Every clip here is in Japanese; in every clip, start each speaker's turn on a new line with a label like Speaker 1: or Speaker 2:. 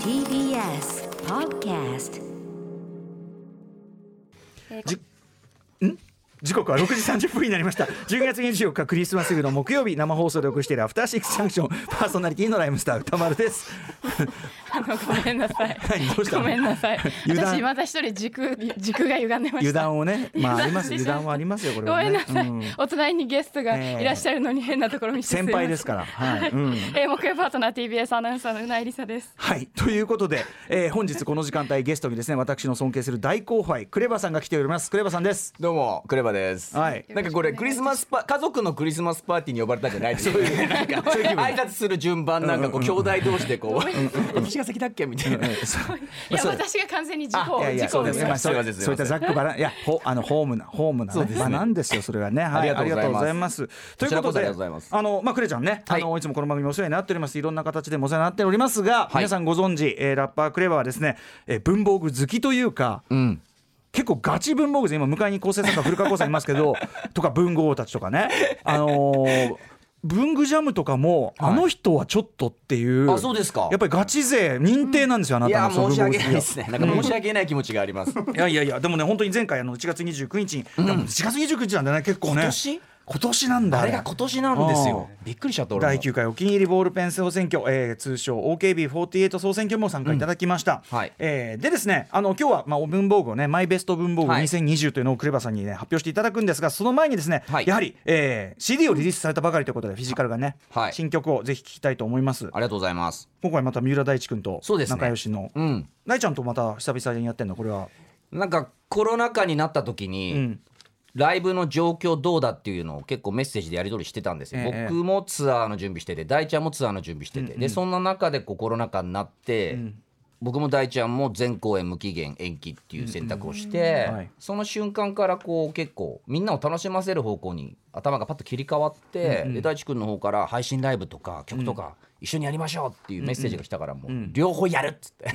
Speaker 1: TBS Podcast
Speaker 2: じん時刻は6時30分になりました10月24日クリスマスイブの木曜日生放送でお送りしているアフターシックスジャンクションパーソナリティのライムスター歌丸です
Speaker 3: あのごめんなさい
Speaker 2: 何どうし。たの
Speaker 3: ごめんなさい。
Speaker 2: 油断
Speaker 3: 私また一人軸軸が歪んでました。
Speaker 2: 油断をねまああります油
Speaker 3: 油
Speaker 2: 断
Speaker 3: 断
Speaker 2: はありますよこれ
Speaker 3: ご
Speaker 2: は
Speaker 3: めん
Speaker 2: ね
Speaker 3: なさい、
Speaker 2: うん
Speaker 3: お隣にゲストがいらっしゃるのに変なところ見せて
Speaker 2: 先輩ですすからはい、うん
Speaker 3: いません。えー木曜パートナー TBS アナウンサーのうないりさです。
Speaker 2: はいということで、えー本日この時間帯ゲストにですね私の尊敬する大後輩クレバさんが来ておりますクレバさんです
Speaker 4: どうもクレバです。
Speaker 2: はい
Speaker 4: なんかこれクリスマスパ家族のクリスマスパーティーに呼ばれたんじゃないそういうなんかそういう挨拶する順番なんかこう兄弟同士でこう私が先だっけみたいな。
Speaker 3: いや
Speaker 2: そう
Speaker 3: 私が完全に事故を
Speaker 4: あいやいや
Speaker 3: 事故を
Speaker 4: そうですね
Speaker 2: まあ、
Speaker 4: す
Speaker 2: そ
Speaker 4: いうま
Speaker 2: い
Speaker 4: せ
Speaker 2: っ
Speaker 4: んすいませ
Speaker 2: た
Speaker 4: ん
Speaker 2: ざっくばら んいやほあのホームなホームな、ね場なんですよそれがね、はい、
Speaker 4: ありがとうございま
Speaker 2: あ
Speaker 4: す
Speaker 2: りがとうございますということ
Speaker 4: こちらこそあり
Speaker 2: で
Speaker 4: がとうございます
Speaker 2: あのまあクレちゃんね、
Speaker 4: はい
Speaker 2: あのいつもこの番組お世話になっておりますいろんな形でもお世話になっておりますが、皆さんご存知、えーラッパークレバはですね、えー文房具好きというか、
Speaker 4: うん。
Speaker 2: 結構ガチ文房具です今迎えに構成作家古川光さんいますけど とか文豪たちとかねあのー文具ジャムとかも、
Speaker 4: はい
Speaker 2: あの人はちょっとっていう
Speaker 4: あそうですか
Speaker 2: やっぱりガチ勢認定なんですよ、あ
Speaker 4: い
Speaker 2: なた
Speaker 4: や
Speaker 2: のその
Speaker 4: 申し
Speaker 2: 文
Speaker 4: 訳
Speaker 2: 具好きは
Speaker 4: な
Speaker 2: い
Speaker 4: ですね。なんか申し訳ない気持ちがあります。
Speaker 2: いやいやいやでもね本当に前回あの1月29日に、多分1月29日なんだね結構ね
Speaker 4: 今年
Speaker 2: 今年なんだ
Speaker 4: あれが今年なんですよ
Speaker 2: う。
Speaker 4: びっくりしちゃった俺も。
Speaker 2: 第9回お気に入りボールペン総選挙、えー通称 OKB48 総選挙も参加いただきました、
Speaker 4: うんはい
Speaker 2: えーでですねあの今日は、まあ、お文房具をねマイベスト文房具
Speaker 4: はい
Speaker 2: 2020というのをクレバさんに、ね、発表していただくんですがその前にですね、
Speaker 4: はい
Speaker 2: やはり、えー CD をリリースされたばかりということでフィジカルがね、
Speaker 4: はい
Speaker 2: 新曲をぜひ聴きたいと思います
Speaker 4: ありがとうございます。
Speaker 2: 今回また三浦大知君と
Speaker 4: そうですね
Speaker 2: 仲良しの、
Speaker 4: うん。
Speaker 2: 大ちゃんとまた久々にやってんのこれは、
Speaker 4: なんかコロナ禍になった時に。
Speaker 2: うん、
Speaker 4: ライブの状況どうだっていうのを結構メッセージでやり取りしてたんですよ、
Speaker 2: ええ
Speaker 4: 僕もツアーの準備してて大ちゃんもツアーの準備してて、でそんな中でこうコロナ禍になって、僕も大ちゃんも全公演無期限延期っていう選択をして、
Speaker 2: うんうんはい
Speaker 4: その瞬間からこう結構みんなを楽しませる方向に頭がパッと切り替わって、で大地君の方から配信ライブとか曲とか一緒にやりましょうっていうメッセージが来たからもう両方やるっつって、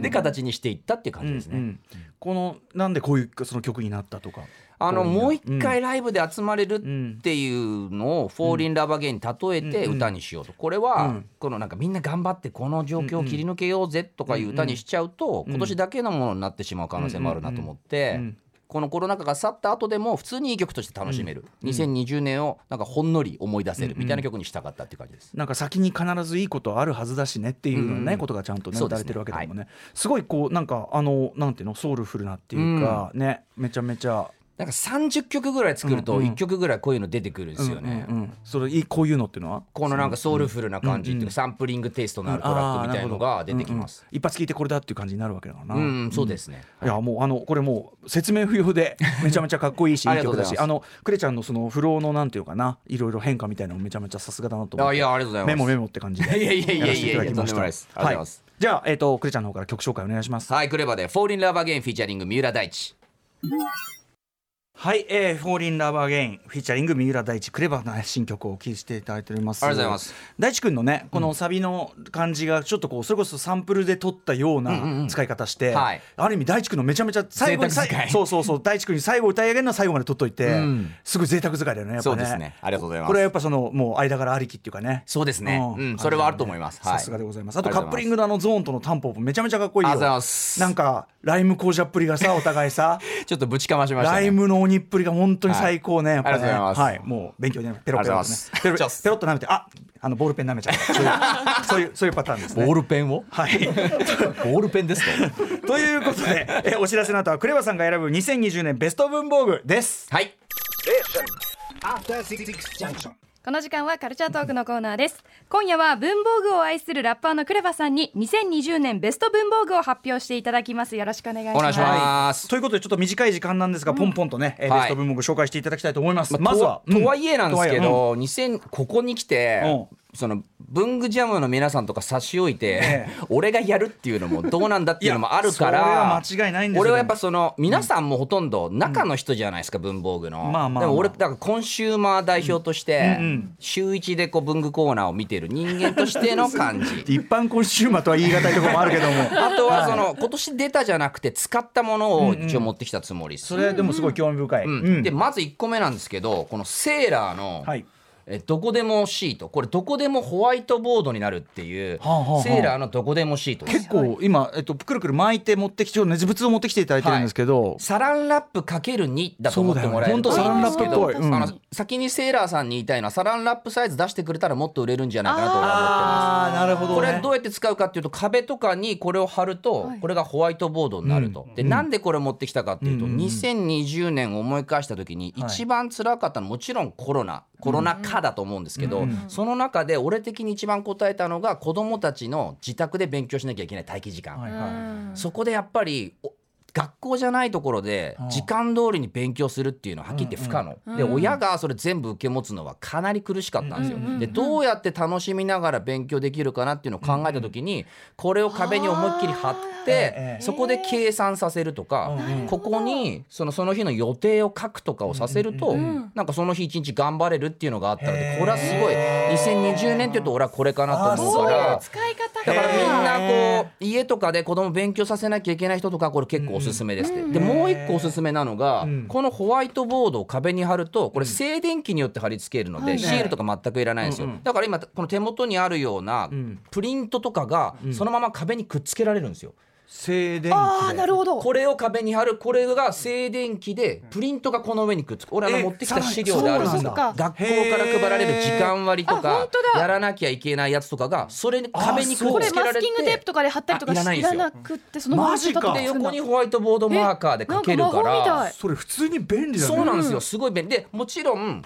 Speaker 4: で形にしていったっていう感じですね。
Speaker 2: うんこのなんでこういうその曲になったとか
Speaker 4: あのもう一回ライブで集まれるっていうのを「フォーリンラバーゲイン」に例えて歌にしようとこれはこのなんかみんな頑張ってこの状況を切り抜けようぜとかいう歌にしちゃうと今年だけのものになってしまう可能性もあるなと思ってこのコロナ禍が去った後でも普通にいい曲として楽しめる2020年をなんかほんのり思い出せるみたいな曲にしたかったっていう感じです。
Speaker 2: なんか先に必ずいいことあるはずだしねっていうようなねことがちゃんとね
Speaker 4: そ
Speaker 2: 打
Speaker 4: うで
Speaker 2: た
Speaker 4: す
Speaker 2: れ
Speaker 4: ね
Speaker 2: てるわけだもんねすごいこうなんかあのなんていうのソウルフルなっていうかねめちゃめちゃ
Speaker 4: なんか30曲ぐらい作ると1曲ぐらいこういうの出てくるんですよね
Speaker 2: う。んそれいいこういうのっていうのは
Speaker 4: このなんかソウルフルな感じっていうかサンプリングテイストのあるトラックみたいのが出てきます。
Speaker 2: 一発聞いてこれだっていう感じになるわけだからな
Speaker 4: うん、そうですね。
Speaker 2: いやもうあのこれもう説明不要でめちゃめちゃかっこいいしい
Speaker 4: あ
Speaker 2: い
Speaker 4: りがとう
Speaker 2: 曲
Speaker 4: ご
Speaker 2: だ
Speaker 4: ざいます
Speaker 2: しあのクレちゃんのそのフローのなんていうかないろいろ変化みたいなのもめちゃめちゃさすがだなと思っ
Speaker 4: あい
Speaker 2: て
Speaker 4: やありがとうございま
Speaker 2: メ
Speaker 4: す
Speaker 2: モメモって感じで
Speaker 4: いやいやいやいやいや
Speaker 2: らせてただきまし
Speaker 4: とんでも
Speaker 2: た
Speaker 4: ないですありがとうござい
Speaker 2: は
Speaker 4: ます
Speaker 2: じゃあえっとクレちゃんの方から曲紹介お願いします
Speaker 4: はい、クレバで、フォーリンラバーゲインフィーチャリング三浦大知。
Speaker 2: はい、えー、フォーリンラバーゲインフィーチャリング三浦大知クレバーな新曲をお聴きしていただいております
Speaker 4: ありがとうございます
Speaker 2: 大知くんのねこのサビの感じがちょっとこうそれこそサンプルで撮ったような使い方して、
Speaker 4: はい
Speaker 2: ある意味大知くんのめちゃめちゃ最後に
Speaker 4: 贅沢使い
Speaker 2: そうそうそう大知くんに最後歌い上げるのは最後まで撮っといて、
Speaker 4: うん
Speaker 2: すごい贅沢使いだよねやっぱね
Speaker 4: そうですねありがとうございます
Speaker 2: これはやっぱそのもう間柄ありきっていうかね
Speaker 4: そうですね
Speaker 2: ん
Speaker 4: うんそれはあると思います
Speaker 2: さすがでございますあと
Speaker 4: はい
Speaker 2: カップリングのあのゾーンとのタンポポめちゃめちゃかっこいいよ
Speaker 4: ありがとうございます
Speaker 2: なんかライム工事っぷりが さお互いさ
Speaker 4: ちょっとぶちかましました、ね。
Speaker 2: ライムの鬼っぷりが本当に最高ね、
Speaker 4: はい
Speaker 2: やっぱりね
Speaker 4: ありがとうございます
Speaker 2: はい、もう勉強になるペロペロ
Speaker 4: あ
Speaker 2: で
Speaker 4: りがとうございます
Speaker 2: すね。ペロペロ
Speaker 4: チョス
Speaker 2: ペロっと舐めて、あ、あのボールペン舐めちゃう。そう いうそういうそういうパターンですね。
Speaker 4: ボール ペンを
Speaker 2: はい。
Speaker 4: ボールペンですか
Speaker 2: ということで、えお知らせの後はクレバさんが選ぶ2020年ベスト文房具です。
Speaker 4: はい。
Speaker 3: この時間はカルチャートークのコーナーです。今夜は文房具を愛するラッパーのクレバさんに2020年ベスト文房具を発表していただきます。よろしくお願いします。
Speaker 4: お願いします。
Speaker 2: ということでちょっと短い時間なんですが、ポンポンとね、え
Speaker 4: はい
Speaker 2: ベスト文房具紹介していただきたいと思います。ま
Speaker 4: と
Speaker 2: ずは、
Speaker 4: とはいえなんですけ
Speaker 2: とはいえ
Speaker 4: ど、2000ここに来て、
Speaker 2: う
Speaker 4: その文具ジャムの皆さんとか差し置いて、 俺がやるっていうのもどうなんだっていうのもあるか
Speaker 2: いやそれは
Speaker 4: ら
Speaker 2: 間違いないんですよ
Speaker 4: 俺はやっぱその皆さんもほとんど中の人じゃないですか、文房具の、
Speaker 2: まあまあまあ
Speaker 4: でも俺だからコンシューマー代表として、
Speaker 2: うんうん
Speaker 4: 週一でこう文具コーナーを見てる人間としての 感じ
Speaker 2: 一般コンシューマーとは言い難いところもあるけども。
Speaker 4: あとはその、今年出たじゃなくて使ったものを一応持ってきたつもりです、
Speaker 2: それはでもすごい興味深い。
Speaker 4: うん
Speaker 2: うん
Speaker 4: でまず1個目なんですけどこのセーラーの、
Speaker 2: はい。
Speaker 4: えどこでもシートこれどこでもホワイトボードになるっていう、
Speaker 2: はあはあはあ
Speaker 4: セーラーのどこでもシートです
Speaker 2: 結構今、えっと、くるくる巻いて持ってきて熱物を持ってきていただいてるんですけど、
Speaker 4: サランラップかける2だと思ってもらえると
Speaker 2: そうだよね
Speaker 4: いいんですけど
Speaker 2: ほんとサランラップっぽいうん
Speaker 4: あの先にセーラーさんに言いたいのはサランラップサイズ出してくれたらもっと売れるんじゃないかなと俺は思ってます。
Speaker 2: ああなるほど、ね、
Speaker 4: これどうやって使うかっていうと壁とかにこれを貼ると
Speaker 3: はい
Speaker 4: これがホワイトボードになると、でなんでこれ持ってきたかっていうと、
Speaker 2: うんうんうん
Speaker 4: 2020年を思い返した時に一番辛かったのはもちろんコロナコロナ禍だと思うんですけど、
Speaker 2: うん
Speaker 4: その中で俺的に一番答えたのが子どもたちの自宅で勉強しなきゃいけない待機時間、
Speaker 2: はい
Speaker 3: うん
Speaker 4: そこでやっぱりお学校じゃないところで
Speaker 2: うん
Speaker 4: 時間通りに勉強するっていうのははっきり言って不可能、
Speaker 3: うん
Speaker 4: で
Speaker 3: うん
Speaker 4: 親がそれ全部受け持つのはかなり苦しかったんですよ、
Speaker 3: うんうんうん
Speaker 4: でどうやって楽しみながら勉強できるかなっていうのを考えた時にこれを壁に思いっきり貼って、
Speaker 2: ええ
Speaker 4: そこで計算させるとか、
Speaker 2: うんうん
Speaker 4: ここにそのその日の予定を書くとかをさせると、
Speaker 2: うん
Speaker 3: うんうん
Speaker 4: なんかその日一日頑張れるっていうのがあったの
Speaker 2: へ
Speaker 4: で
Speaker 2: え
Speaker 4: これはすごい2020年っていうと俺はこれかなと思うか
Speaker 3: そうい
Speaker 4: ら
Speaker 3: う。使い方
Speaker 4: だからみんな
Speaker 2: へー
Speaker 4: こう家とかで子供勉強させなきゃいけない人とかこれ結構おすすめですって、
Speaker 3: うん
Speaker 4: でもう一個おすすめなのが、
Speaker 2: うん
Speaker 4: このホワイトボードを壁に貼るとこれ静電気によって貼り付けるの
Speaker 3: は
Speaker 4: で、
Speaker 3: い
Speaker 4: シールとか全くいらないんですよ、
Speaker 2: うんうん
Speaker 4: だから今この手元にあるような
Speaker 2: うん
Speaker 4: プリントとかが
Speaker 2: ん
Speaker 4: そのまま壁にくっつけられるんですよ、
Speaker 2: 静電気
Speaker 3: ああなるほど
Speaker 4: これを壁に貼るこれが静電気でプリントがこの上にくっつく俺あの
Speaker 2: え
Speaker 4: 持ってきた資料であるんです
Speaker 3: そうな
Speaker 4: よ
Speaker 3: んだ
Speaker 4: 学校から配られる時間割と
Speaker 3: へーあ
Speaker 4: か
Speaker 3: 本当だ
Speaker 4: やらなきゃいけないやつとかがそれに壁にくっ
Speaker 2: あそう
Speaker 3: これ
Speaker 4: つけ
Speaker 3: マ
Speaker 4: ら
Speaker 3: ス
Speaker 4: れて
Speaker 3: キングテープとかで貼ったりとか
Speaker 4: あいらないん
Speaker 3: い
Speaker 4: です
Speaker 3: ら
Speaker 4: よ
Speaker 3: なくってそのまま
Speaker 2: マジか
Speaker 3: 立て
Speaker 4: で
Speaker 3: て作るんだ
Speaker 4: 横にホワイトボードマーカーで書ける
Speaker 3: えな
Speaker 4: か
Speaker 3: んか魔法み
Speaker 4: ら
Speaker 3: たい
Speaker 2: それ普通に便利だね
Speaker 4: そうなんです
Speaker 3: うん
Speaker 4: よすごい便利でもちろん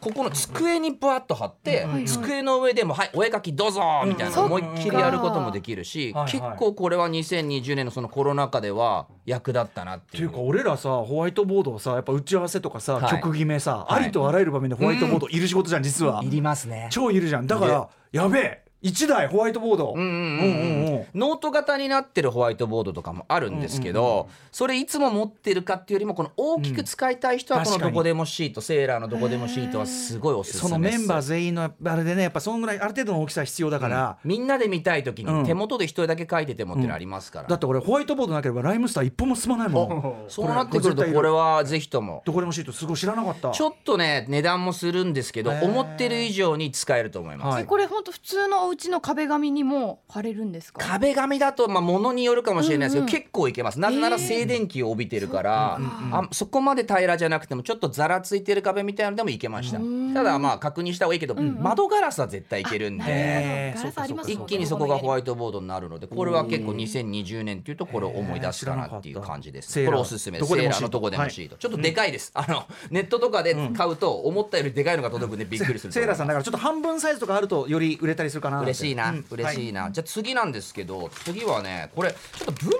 Speaker 4: ここの机にバーッと貼って
Speaker 3: はい
Speaker 4: 机の上でも「はいお絵描きどうぞ!」みたいな
Speaker 3: うん
Speaker 4: 思いっきりやることもできるし
Speaker 2: そっか
Speaker 4: 結構これは2020年のそのコロナ禍では役立ったなっ
Speaker 2: ってて
Speaker 4: い
Speaker 2: いううか俺らさホワイトボードをさやっぱ打ち合わせとかさ、
Speaker 4: はい
Speaker 2: 曲決めさ、
Speaker 4: はい
Speaker 2: ありとあらゆる場面でホワイトボードいる仕事じゃん実は、
Speaker 4: いりますね
Speaker 2: 超いるじゃんだからやべえ1台ホワイトボード、
Speaker 4: うんうんうんうん
Speaker 2: うんうんうん
Speaker 4: ノート型になってるホワイトボードとかもあるんですけど、それいつも持ってるかっていうよりもこの大きく使いたい人はこ
Speaker 2: う
Speaker 4: の
Speaker 2: ん確か
Speaker 4: ど
Speaker 2: に
Speaker 4: こでもシートセーラーのどこでもシートはすごいおすすめで
Speaker 2: そ
Speaker 4: す
Speaker 2: のメンバー全員のあれでねやっぱそのぐらいある程度の大きさ必要だから、
Speaker 4: みんなで見たい時
Speaker 2: うん
Speaker 4: に手元で一人だけ書いててもっていうのありますから、
Speaker 2: だって俺ホワイトボードなければライムスター一本も進まない もん
Speaker 4: そうなってくるとこれ
Speaker 2: は
Speaker 4: はぜひとも
Speaker 2: どこでもシートすごい知らなかった
Speaker 4: ちょっとね値段もするんですけど
Speaker 2: へー
Speaker 4: 思ってる以上に使えると思います、
Speaker 2: はい
Speaker 3: えこれ本当普通のお家の壁紙にも貼れるんですか
Speaker 4: 壁紙だとまあ物によるかもしれないですけど、
Speaker 3: うんうん
Speaker 4: 結構いけますなぜなら
Speaker 3: えー
Speaker 4: 静電気を帯びてるから、
Speaker 3: そう
Speaker 4: あそこまで平らじゃなくてもちょっとざらついてる壁みたいなのでもいけました、
Speaker 3: うん
Speaker 4: ただまあ確認した方がいいけど、
Speaker 3: んうん
Speaker 4: 窓ガラスは絶対いけるんで、
Speaker 2: あへー
Speaker 3: ガラスあります
Speaker 4: 一気にそこがホ
Speaker 3: イ
Speaker 4: ワイトボードになるのでこれは結構2020年っていうとこれを思い出すかなっていう感じです
Speaker 2: えー知
Speaker 4: こ
Speaker 2: らなか
Speaker 4: れお
Speaker 2: った
Speaker 4: すすめ
Speaker 2: セ
Speaker 4: セ
Speaker 2: ーラー
Speaker 4: ーラーのとこでもシートちょっとでかいですあのネットとかで買うと思ったよりでかいのが届くんでびっくりすると
Speaker 2: セーラ
Speaker 4: 思いま
Speaker 2: ー
Speaker 4: す
Speaker 2: さんだからちょっと半分サイズとかあるとより売れたりするかな
Speaker 4: 嬉しいな嬉しいなじゃあ次なんですけど次はねこれちょっと文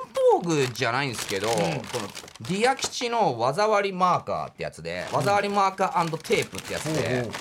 Speaker 4: 房具じゃないんですけどこのディア吉の技ありマーカーってやつで技ありマーカーテープってやつ
Speaker 2: ほう
Speaker 4: で
Speaker 2: ほう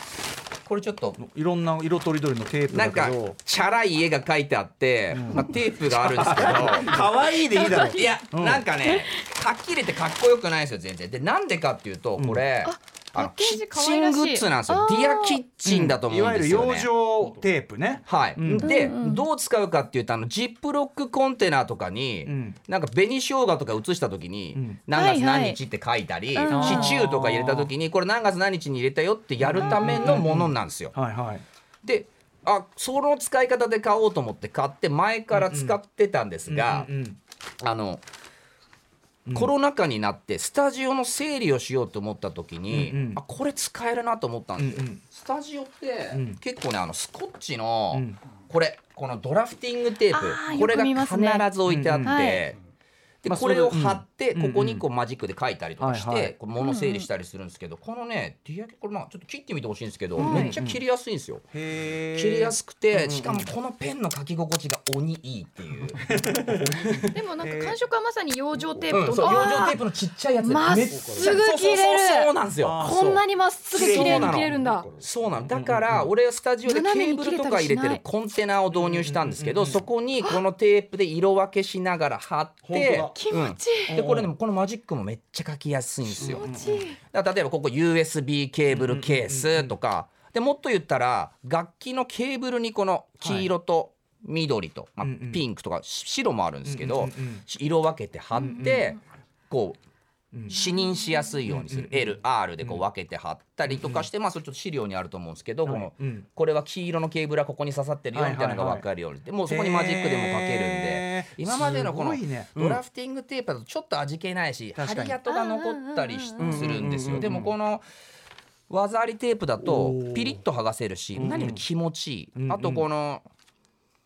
Speaker 4: これちょっと
Speaker 2: いろんな色とりどりのテープ
Speaker 4: な
Speaker 2: だ
Speaker 4: ん
Speaker 2: け
Speaker 4: か
Speaker 2: ど
Speaker 4: チャラい絵が描いてあってまあテープがある んですけど
Speaker 2: 可愛いでいいだろ
Speaker 4: いや、なんかね、はっきり言ってかっこよくないですよ、全然。で、なんでかっていうと、これ、
Speaker 3: パ
Speaker 4: あ
Speaker 3: ッ
Speaker 4: の
Speaker 3: ケ
Speaker 4: キ
Speaker 3: ージ
Speaker 4: ッ
Speaker 3: 可
Speaker 4: チ
Speaker 3: 愛ら
Speaker 4: ン
Speaker 3: しい
Speaker 4: グッズなんですよ
Speaker 3: あ。
Speaker 4: デ
Speaker 3: ー
Speaker 4: ィアキッチンだと思うんですよ、ね
Speaker 2: いわゆる養生テープね
Speaker 4: はい、
Speaker 2: ん
Speaker 4: で、どう使うかっていうとあのジップロックコンテナとかに、
Speaker 2: ん
Speaker 4: なんか紅生姜とか写した時に、
Speaker 2: ん
Speaker 4: 何月
Speaker 3: はいはい
Speaker 4: 何日って書いたり、
Speaker 3: うん
Speaker 4: シチューとか入れた時にこれ何月何日に入れたよってやるためのものなんですよ。
Speaker 2: はいはい
Speaker 4: であその使い方で買おうと思って買って前から使ってたんですが、
Speaker 2: うんうん
Speaker 4: あの、コロナ禍になってスタジオの整理をしようと思った時に、
Speaker 2: うんうん
Speaker 4: あこれ使えるなと思ったんです
Speaker 2: う
Speaker 4: よ、
Speaker 2: んうん
Speaker 4: スタジオって、
Speaker 2: うん
Speaker 4: 結構ねあのスコッチの、
Speaker 2: うん
Speaker 4: これこのドラフティングテープ
Speaker 3: あー
Speaker 4: これ
Speaker 3: よく
Speaker 4: が
Speaker 3: 見ますね
Speaker 4: 必ず置いてあって、
Speaker 2: うん
Speaker 3: うんはい
Speaker 4: で
Speaker 2: まあ
Speaker 4: これ
Speaker 2: そ
Speaker 4: を
Speaker 2: れでうん
Speaker 4: 貼って、
Speaker 2: うんうん
Speaker 4: ここにこうマジックで書いたりとかして、
Speaker 2: はいはい
Speaker 4: こう物整理したりするんですけど、このねディアケこれまあちょっと切ってみてほしいんですけど、
Speaker 3: はい
Speaker 4: めっちゃ切りやすいんですよ。
Speaker 2: へー
Speaker 4: 切りやすくて、しかもこのペンの書き心地が鬼いいっていう。
Speaker 3: でもなんか感触はまさに養生テープ
Speaker 4: う
Speaker 3: と
Speaker 4: ん、そう養
Speaker 3: あ
Speaker 4: 生テープのちっちゃいやつで
Speaker 3: まっ
Speaker 4: めっ
Speaker 3: すぐ切れる
Speaker 4: そうそうそうそうなんですよ
Speaker 2: あ
Speaker 3: こんなにまっすぐ綺麗に切れるんだ
Speaker 4: そうなのだから俺はスタジオでケ
Speaker 3: 斜め
Speaker 4: ー
Speaker 3: に
Speaker 4: ブ
Speaker 3: 切れ
Speaker 4: ル
Speaker 3: た
Speaker 4: と
Speaker 3: り
Speaker 4: か入れて
Speaker 3: しな
Speaker 4: る
Speaker 3: い
Speaker 4: コンテナを導入したんですけどそこにこのテープで色分けしながら貼って
Speaker 2: 本
Speaker 3: 気持ちいい
Speaker 4: うんでこれでもこのマジックもめっちゃ書きやすいんですよ
Speaker 3: 気持ちいい
Speaker 4: だから例えばここ USB ケーブルケースとかでもっと言ったら楽器のケーブルにこの黄色と緑と、まあ
Speaker 2: うんうん
Speaker 4: ピンクとかし白もあるんですけ
Speaker 2: う
Speaker 4: ど、
Speaker 2: んうんうん
Speaker 4: し色分けて貼って、こう視認しやすいようにする LR でこう分けて貼ったりとかしてまあそれちょっと資料にあると思うんですけどこの
Speaker 2: うん
Speaker 4: これは黄色のケーブルはここに刺さってるよみたいなのが分かるようにでもうそこにマジックでも書けるんで
Speaker 2: へー
Speaker 4: 今までのこの
Speaker 2: すごいねうん
Speaker 4: ドラフティングテープだとちょっと味気ないし
Speaker 2: 確か
Speaker 4: 針
Speaker 2: に
Speaker 4: 跡が残ったりし
Speaker 3: う
Speaker 2: う
Speaker 3: んうん
Speaker 2: ん
Speaker 4: するんです
Speaker 2: うんうんうんうん
Speaker 4: よでもこの技ありテープだと
Speaker 2: おー
Speaker 4: ピリッと剥がせるし
Speaker 2: ん
Speaker 4: 何より気持ちい
Speaker 2: うんう
Speaker 4: い
Speaker 2: ん
Speaker 4: あとこの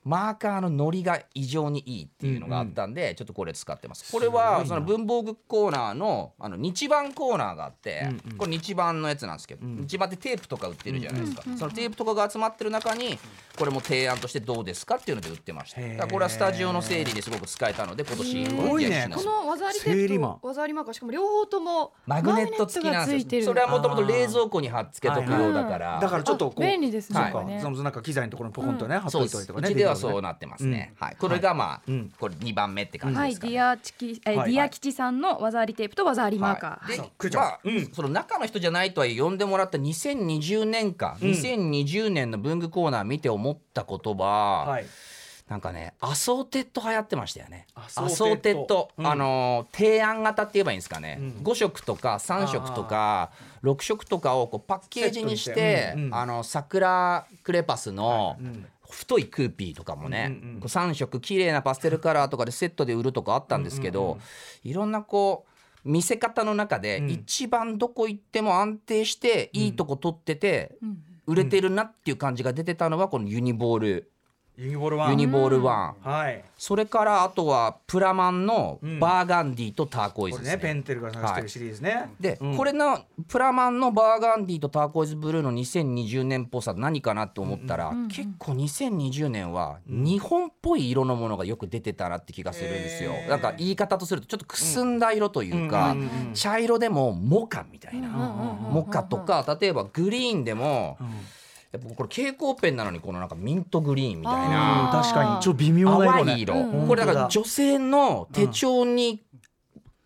Speaker 4: マーカーのノリが異常にいいっていうのがあったんで、ちょっとこれ使ってます。これは
Speaker 2: す
Speaker 4: そ
Speaker 2: ごい
Speaker 4: の
Speaker 2: な
Speaker 4: 文房具コーナーのあの日版コーナーがあって、
Speaker 2: うんうん
Speaker 4: これ日版のやつなんですけど、日版ってテープとか売ってるじゃないですか、そのテープとかが集まってる中にこれも提案としてどうですかっていうので売ってました
Speaker 2: へー
Speaker 4: だからこれはスタジオの整理にすごく使えたので今年
Speaker 2: すごいね
Speaker 3: この技ありテ
Speaker 2: 整理
Speaker 3: ープ
Speaker 2: マ
Speaker 3: と
Speaker 2: ン
Speaker 3: 技ありマーカーしかも両方とも
Speaker 4: マグネット付き
Speaker 3: マ
Speaker 4: な
Speaker 3: グネットがつい
Speaker 4: ん
Speaker 3: て
Speaker 4: で
Speaker 3: る
Speaker 4: すよそれはもともと冷蔵庫に貼っつけとくようだから
Speaker 2: だからちょっとこう
Speaker 3: あ便利ですね
Speaker 2: そうか
Speaker 3: これね
Speaker 2: そのなんか機材のところにポコンとね貼っ
Speaker 4: そう
Speaker 2: といた
Speaker 4: で
Speaker 2: り
Speaker 4: す
Speaker 2: と
Speaker 4: う
Speaker 2: かねで
Speaker 4: ちでは
Speaker 2: きるわ
Speaker 4: そ
Speaker 2: け
Speaker 4: う
Speaker 2: ね
Speaker 4: なってますね、はい、これがまあ、
Speaker 2: うん
Speaker 4: これ2番目って感じ
Speaker 3: は
Speaker 4: で
Speaker 3: い、
Speaker 4: す
Speaker 3: デ
Speaker 4: かね、
Speaker 3: ィアチキ、え、
Speaker 2: はい
Speaker 3: ディア吉さんの技ありテープと技ありマーカー。
Speaker 4: で
Speaker 3: はい
Speaker 2: くるちゃん
Speaker 4: まあその中の人じゃないとは呼んでもらった2020年か、2020年の文具コーナー見て思ったことは、
Speaker 2: はい
Speaker 4: なんかねアソーテッド流行ってましたよね
Speaker 2: ア
Speaker 4: ア
Speaker 2: ソーテッド
Speaker 4: ソーテッド、
Speaker 2: うん
Speaker 4: あのー提案型って言えばいいんですかね、
Speaker 2: うん
Speaker 4: 5色とか3色とか6色とかをこうパッケージにして
Speaker 2: セットにしてうんうん
Speaker 4: あの桜クレパスの
Speaker 2: うん
Speaker 4: 太いクーピーとかもね、
Speaker 2: うんうんうん
Speaker 4: こう3色綺麗なパステルカラーとかでセットで売るとかあったんですけど、いろんなこう見せ方の中で
Speaker 2: うん
Speaker 4: 一番どこ行っても安定していいとこ取ってて
Speaker 3: うん
Speaker 4: 売れてるなっていう感じが出てたのはこのユニボール、
Speaker 2: ユニボールワ
Speaker 4: ユニ
Speaker 2: ン
Speaker 4: ボールワン、
Speaker 2: はい
Speaker 4: それからあとはプラマンの
Speaker 2: うん
Speaker 4: バーガンディとターコイ
Speaker 2: こ
Speaker 4: ズ
Speaker 2: れ
Speaker 4: で
Speaker 2: ね
Speaker 4: す
Speaker 2: ペ
Speaker 4: ね。
Speaker 2: ンテルが探してるシリーズね
Speaker 4: で、
Speaker 2: うん
Speaker 4: これのプラマンのバーガンディとターコイズブルーの2020年っぽさ何かなと思ったら、
Speaker 3: んうん
Speaker 4: 結構2020年は日本っぽい色のものがよく出てたなって気がするんですよ。
Speaker 2: へー
Speaker 4: なんか言い方とするとちょっとくすんだ色というか、
Speaker 2: うんうんうんうん
Speaker 4: 茶色でもモカみたいな、モカと。か例えばグリーンでも、
Speaker 2: うん
Speaker 4: やっぱこれ蛍光ペンなのにこのなんかミントグリーンみたいな。
Speaker 3: あー
Speaker 2: 確かにちょっと微妙な色
Speaker 4: 淡
Speaker 2: ね
Speaker 4: い色、
Speaker 3: うん
Speaker 4: これだから女性の手帳に表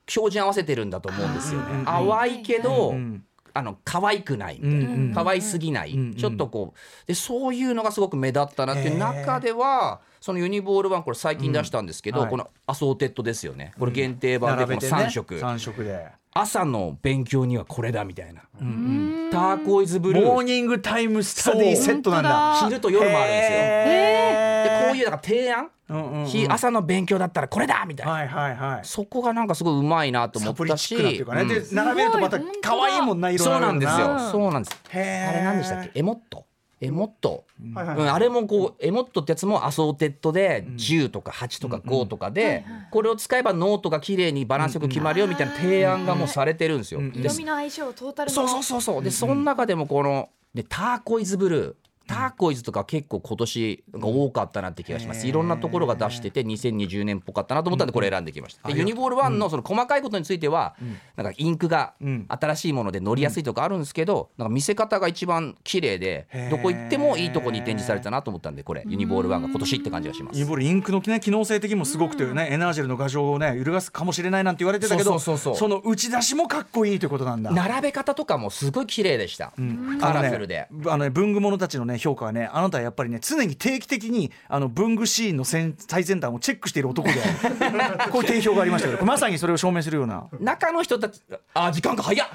Speaker 4: 示に合わせてるんだと思うんですよ
Speaker 2: うん
Speaker 4: ね、淡いけど、
Speaker 2: うん
Speaker 4: あの可愛くないみたい
Speaker 2: うん
Speaker 4: な、
Speaker 2: うん
Speaker 4: 可愛すぎない、
Speaker 2: うん
Speaker 4: ちょっとこうでそういうのがすごく目立ったなっていう中では、そのユニボール版これ最近出したんですけど、
Speaker 2: うんはい
Speaker 4: このアソーテッドですよねこれ限定版で
Speaker 2: 並
Speaker 4: こ
Speaker 2: べ
Speaker 4: の
Speaker 2: て
Speaker 4: 3色、
Speaker 2: 3色で
Speaker 4: 朝の勉強にはこれだみたいな、
Speaker 2: うんう
Speaker 3: うんん
Speaker 4: ターコイズブル
Speaker 2: モー
Speaker 4: ー
Speaker 2: ニングタイムスタディセットなんだ
Speaker 3: そう
Speaker 4: 昼と夜もあるんですよ
Speaker 2: へー
Speaker 4: でこういうだから提案、
Speaker 2: うんうんうん
Speaker 4: ひ朝の勉強だったらこれだみたいな、
Speaker 2: はいはいはい
Speaker 4: そこがなんかすごいうまいなと思
Speaker 2: サ
Speaker 4: っ
Speaker 2: プリ
Speaker 4: た
Speaker 2: チ
Speaker 4: し、
Speaker 2: ックなっていうかね、
Speaker 4: うん
Speaker 2: で並べるとまた
Speaker 3: すごい
Speaker 2: 可愛いもんな色
Speaker 4: そうなんです
Speaker 3: う
Speaker 4: よ。
Speaker 3: ん
Speaker 4: そうなんです。
Speaker 2: へー
Speaker 4: あれ何でしたっけ？エモット。エモット。うん
Speaker 2: はいはい
Speaker 4: あれもこうエモットってやつもアソーテッドで10とか8とか5とかでこれを使えばノートが綺麗にバランスよく決まるよみたいな提案がもうされてるんですよ。
Speaker 2: うん
Speaker 4: で
Speaker 3: 色味の相性トータルの。
Speaker 4: そうそうそうそうでその中でもこのでターコイズブルーターコイズとか結構今年が多かったなって気がしま
Speaker 2: へー
Speaker 4: すいろんなところが出してて2020年っぽかったなと思ったんでこれ選んできましたでユニボール1のその細かいことについてはなんかインクが
Speaker 2: うん
Speaker 4: 新しいもので乗りやすいとかあるんですけどなんか見せ方が一番綺麗で
Speaker 2: へー
Speaker 4: どこ行ってもいいとこに展示されたなと思ったんでこれユニボール1が今年って感じがします
Speaker 2: インボールインクの、ね、機能性的もすごくてね、エナージェルの画像をね揺るがすかもしれないなんて言われてたけど
Speaker 4: そうそうそうそう
Speaker 2: の打ち出しもかっこいいということなんだ。
Speaker 4: 並べ方とかもすごい綺麗でしたカラフルで
Speaker 2: あのねあのね文具者たちのね評価はねあなたはやっぱりね常に定期的にあの文具シーンの先最先端をチェックしている男で あるこういう定評がありましたけどまさにそれを証明するような
Speaker 4: 中の人たちあ時間が早っ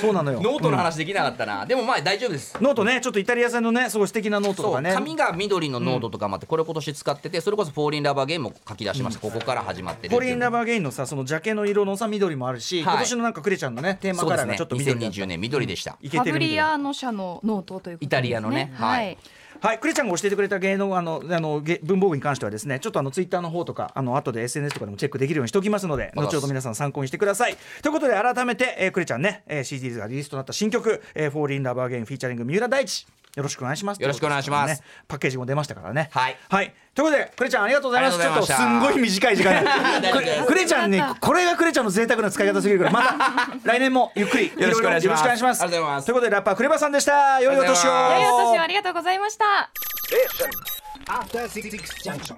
Speaker 2: そうなのよ
Speaker 4: ノートの話できなかったな、でもまあ大丈夫です
Speaker 2: ノートねちょっとイタリア製のねすごい素敵なノートと
Speaker 4: そ
Speaker 2: か
Speaker 4: う
Speaker 2: ね
Speaker 4: 紙が緑のノートとかもあってこれを今年使っててそれこそ「フォーリンラバーゲーム」も書き出しました、ここから始まってる
Speaker 2: ポリンラ
Speaker 4: バ
Speaker 2: バーゲインのさそのジャケの色のさ緑もあるし、
Speaker 4: はい
Speaker 2: 今年のなんかクレちゃんのねテーマ
Speaker 4: そ
Speaker 2: カラ
Speaker 4: うです
Speaker 2: ーが
Speaker 4: ね
Speaker 2: ちょっと緑だった
Speaker 4: 2020年緑でした
Speaker 2: いけ
Speaker 3: フ
Speaker 2: て
Speaker 3: ァ
Speaker 2: る
Speaker 3: ブ
Speaker 2: みたい
Speaker 3: リ
Speaker 2: な
Speaker 3: アーノ社のノートということですね。
Speaker 4: イタリアのね
Speaker 3: は
Speaker 4: はい
Speaker 3: い。
Speaker 2: はい、クレちゃんが教えてくれた芸能あのあのげ文房具に関してはですねちょっとあのツイッターの方とかあの後で SNS とかでもチェックできるようにしておきますので
Speaker 4: あざ
Speaker 2: 後
Speaker 4: す
Speaker 2: ほど皆さん参考にしてくださいということで改めて、えー、クレちゃんね、えー、CD がリリースとなった新曲「えー、フォーリンラバーゲインフィーチャリング三浦大知よろしくお願いします
Speaker 4: よろしくお願いします
Speaker 2: とうことですからねパッケージも出ましたからね
Speaker 4: はい
Speaker 2: はい、ということでクレちゃんありがとうございます
Speaker 4: ありがとうございました
Speaker 2: ちょっとすんごい短い時間
Speaker 4: 大丈夫です
Speaker 2: クレちゃんねこれがクレちゃんの贅沢な使い方すぎるからまた来年もゆっくり
Speaker 4: よろしくお願いし
Speaker 2: ろろよろ
Speaker 4: ます
Speaker 2: しくお願いします
Speaker 4: ありがとうございます
Speaker 2: ということでラッパークレバさんでした良いお年を
Speaker 4: あり
Speaker 3: 良い
Speaker 4: がとうございます
Speaker 3: お年をありがとうございました。
Speaker 5: After Six Junction.